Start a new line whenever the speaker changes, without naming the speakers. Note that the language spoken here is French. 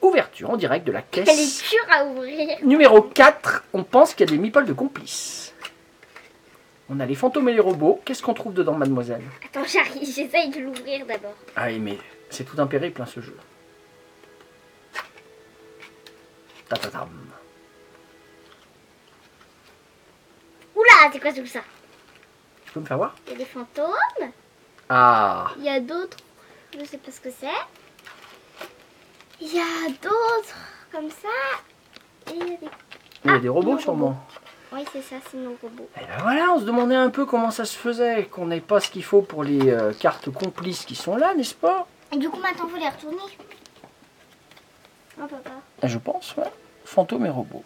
ouverture en direct de la
Elle est
caisse.
dure à ouvrir.
Numéro 4, on pense qu'il y a des meeples de complices. On a les fantômes et les robots. Qu'est-ce qu'on trouve dedans, mademoiselle
Attends, j'arrive, j'essaye de l'ouvrir d'abord.
Ah oui, mais c'est tout un périple, hein, ce jeu. Ta-ta-tam.
Oula, c'est quoi tout ça
Tu peux me faire voir
Il y a des fantômes,
Ah
il y a d'autres, je sais pas ce que c'est. Il y a d'autres comme ça. Et il y a des...
Il y a
Ah,
des robots,
nos robots.
sûrement.
Oui, c'est ça, c'est nos robots.
Et ben voilà, on se demandait un peu comment ça se faisait, qu'on n'ait pas ce qu'il faut pour les euh, cartes complices qui sont là, n'est-ce pas
Et du coup, maintenant, faut les retourner. Oh, papa.
Je pense, ouais. Fantômes et robots.